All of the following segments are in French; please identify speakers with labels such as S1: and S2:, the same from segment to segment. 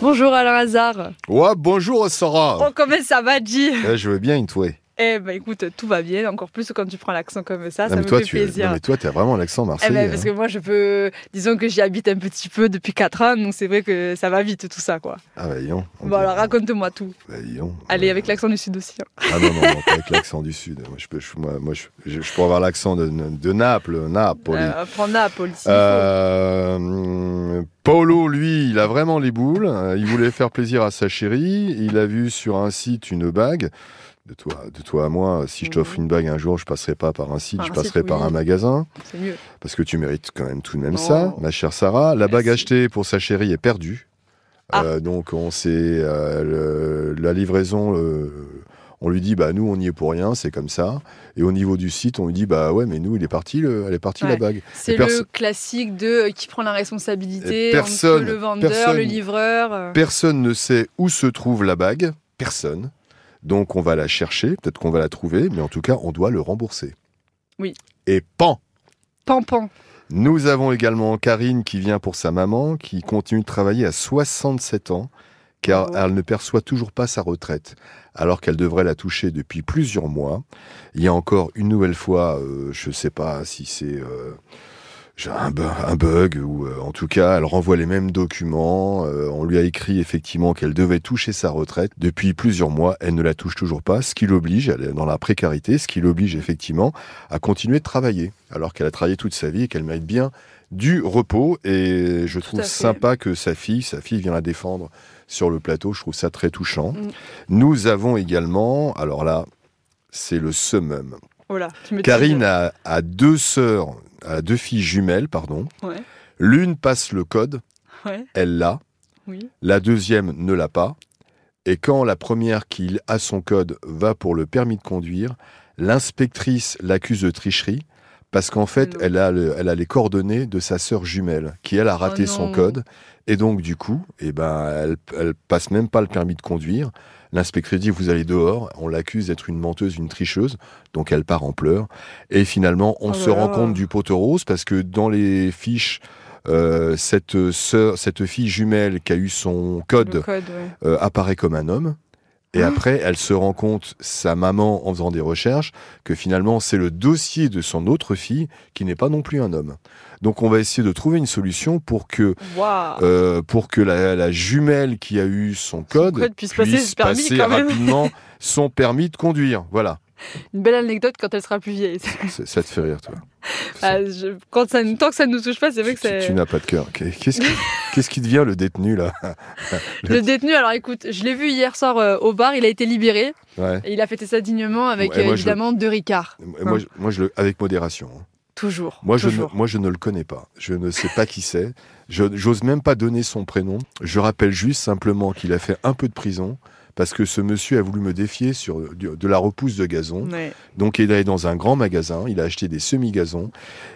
S1: Bonjour Alain Hazard.
S2: Ouais, bonjour Sarah.
S1: Oh, comment ça va, G
S2: Eh, je vais bien et toi
S1: Eh ben écoute, tout va bien, encore plus quand tu prends l'accent comme ça, Ah, ça
S2: Non, mais
S1: me
S2: toi,
S1: fait
S2: tu
S1: plaisir.
S2: non, mais toi, t'as vraiment l'accent
S1: Eh
S2: marseillais. hein.
S1: ben, parce que moi, je peux. Disons que j'y habite un petit peu depuis 4 ans, donc c'est vrai que ça va vite tout ça, quoi.
S2: hein. Ah bah dis donc. On
S1: Bon,
S2: dirait-
S1: alors raconte-moi tout.
S2: bah, dis donc.
S1: Allez, avec l'accent du Sud aussi. hein.
S2: Ah non, non, non, pas avec l'accent du sud. Moi, je, peux, je- moi, moi, je, je- je pourrais avoir l'accent de, de Naples, Napoli.
S1: Euh, prends Naples. s'il
S2: Euh, hum, Paolo, lui, il a vraiment les boules. Euh, Il voulait faire plaisir à sa chérie. Il a vu sur un site une bague. De toi, de toi à moi, si je t'offre une bague un jour, je passerai pas par un site,
S1: Mhm. Par
S2: je
S1: un site,
S2: passerai par
S1: oui.
S2: un magasin.
S1: faut, C'est mieux.
S2: Parce que tu mérites quand même tout de même
S1: Oh.
S2: ça, ma chère Sarah. La bague
S1: Merci.
S2: achetée pour sa chérie est perdue.
S1: Ah.
S2: Euh, donc on s'est euh, le- la livraison. euh, on lui dit bah nous on y est pour rien, c'est comme ça. Et au niveau du site, on lui dit bah ouais mais nous il est parti, le- elle est partie la
S1: Ouais.
S2: bague.
S1: C'est
S2: Et perso-
S1: le classique de euh, qui prend la responsabilité.
S2: Et personne-
S1: entre le vendeur,
S2: personne-
S1: le livreur. euh.
S2: Personne ne sait où se trouve la bague, personne. Donc on va la chercher, peut-être qu'on va la trouver, mais en tout cas on doit le rembourser.
S1: Oui.
S2: Et pan.
S1: Pan pan.
S2: Nous avons également Karine qui vient pour sa maman, qui continue de travailler à 67 ans, car
S1: Oh.
S2: elle ne perçoit toujours pas sa retraite, alors qu'elle devrait la toucher depuis plusieurs mois. Il y a encore une nouvelle fois, euh, je ne sais pas si c'est euh, j'ai un, bu- un bug, ou euh, en tout cas, elle renvoie les mêmes documents. euh, on lui a écrit effectivement qu'elle devait toucher sa retraite. Depuis plusieurs mois, elle ne la touche toujours pas, ce qui l'oblige, elle est dans la précarité, ce qui l'oblige effectivement à continuer de travailler, alors qu'elle a travaillé toute sa vie et qu'elle mérite bien du repos. Et je trouve
S1: à fait.
S2: sympa que sa fille, sa fille vient la défendre sur le plateau. Je trouve ça très touchant.
S1: Mm.
S2: Nous avons également, alors là, c'est le summum.
S1: Oh là, tu me
S2: Karine
S1: tires.
S2: a, a deux sœurs, a deux filles jumelles, pardon.
S1: Ouais.
S2: L'une passe le code,
S1: Ouais,
S2: elle l'a.
S1: oui.
S2: La deuxième ne l'a pas. Et quand la première qui a son code va pour le permis de conduire, l'inspectrice l'accuse de tricherie parce qu'en fait,
S1: Allô.
S2: elle a, le- elle a les coordonnées de sa sœur jumelle qui, elle, a raté
S1: Oh non.
S2: son code. Et donc, du coup, eh ben, elle, elle passe même pas le permis de conduire. L'inspectrice dit Vous allez dehors. On l'accuse d'être une menteuse, une tricheuse. Donc, elle part en pleurs. Et finalement, on
S1: Oh
S2: se
S1: là
S2: rend
S1: là.
S2: compte du poteau rose parce que dans les fiches, euh, cette, sœur, cette fille jumelle qui a eu son
S1: Le
S2: code
S1: code, ouais.
S2: euh, apparaît comme un homme. Et
S1: Ah.
S2: après, elle se rend compte, sa maman, en faisant des recherches, que finalement, c'est le dossier de son autre fille qui n'est pas non plus un homme. Donc, on va essayer de trouver une solution pour que,
S1: Waouh.
S2: euh, pour que la, la jumelle qui a eu son code,
S1: code puisse passer ce permis,
S2: passer
S1: quand même.
S2: rapidement son permis de conduire. Voilà.
S1: Une belle anecdote quand elle sera plus vieille.
S2: Ça, ça te fait rire, toi.
S1: Ah, je- quand ça, tant que ça ne nous touche pas, c'est vrai que
S2: Tu, tu-
S1: c'est.
S2: tu n'as pas de cœur. Qu'est-ce qui, qu'est-ce qui devient le détenu, là
S1: Le détenu, alors écoute, je l'ai vu hier soir euh, au bar, il a été libéré
S2: Ouais.
S1: et il a fêté ça dignement avec
S2: Ouais,
S1: euh,
S2: moi, je-
S1: évidemment deux Ricards.
S2: Moi, je, moi, je le- avec modération. hein.
S1: Toujours.
S2: Moi je, ne,
S1: Hum. toujours.
S2: moi, je ne le connais pas. Je ne sais pas qui c'est. Je J'ose même pas donner son prénom. Je rappelle juste simplement qu'il a fait un peu de prison parce que ce monsieur a voulu me défier sur du- de la repousse de gazon.
S1: Ouais.
S2: Donc, il est allé dans un grand magasin. Il a acheté des semi-gazons.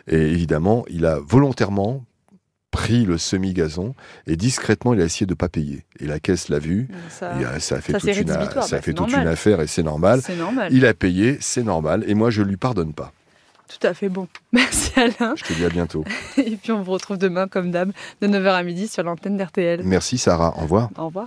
S2: Et évidemment, il a volontairement pris le semi-gazon et discrètement, il a essayé de pas payer. Et la caisse l'a vu.
S1: Ça,
S2: Et, euh, ça a fait,
S1: Ah. ça,
S2: toute,
S1: c'est
S2: une, a-
S1: rédhibitoire.
S2: ça
S1: Bah,
S2: a fait
S1: c'est
S2: toute une
S1: normal.
S2: affaire et c'est normal.
S1: c'est normal.
S2: Il a payé, c'est normal. Et moi, je lui pardonne pas.
S1: Tout à fait bon. Merci Alain.
S2: Je te dis à bientôt.
S1: Et puis on vous retrouve demain, comme d'hab, de 9h à midi sur l'antenne d'RTL.
S2: Mm. Merci Sarah. Au revoir.
S1: Au revoir.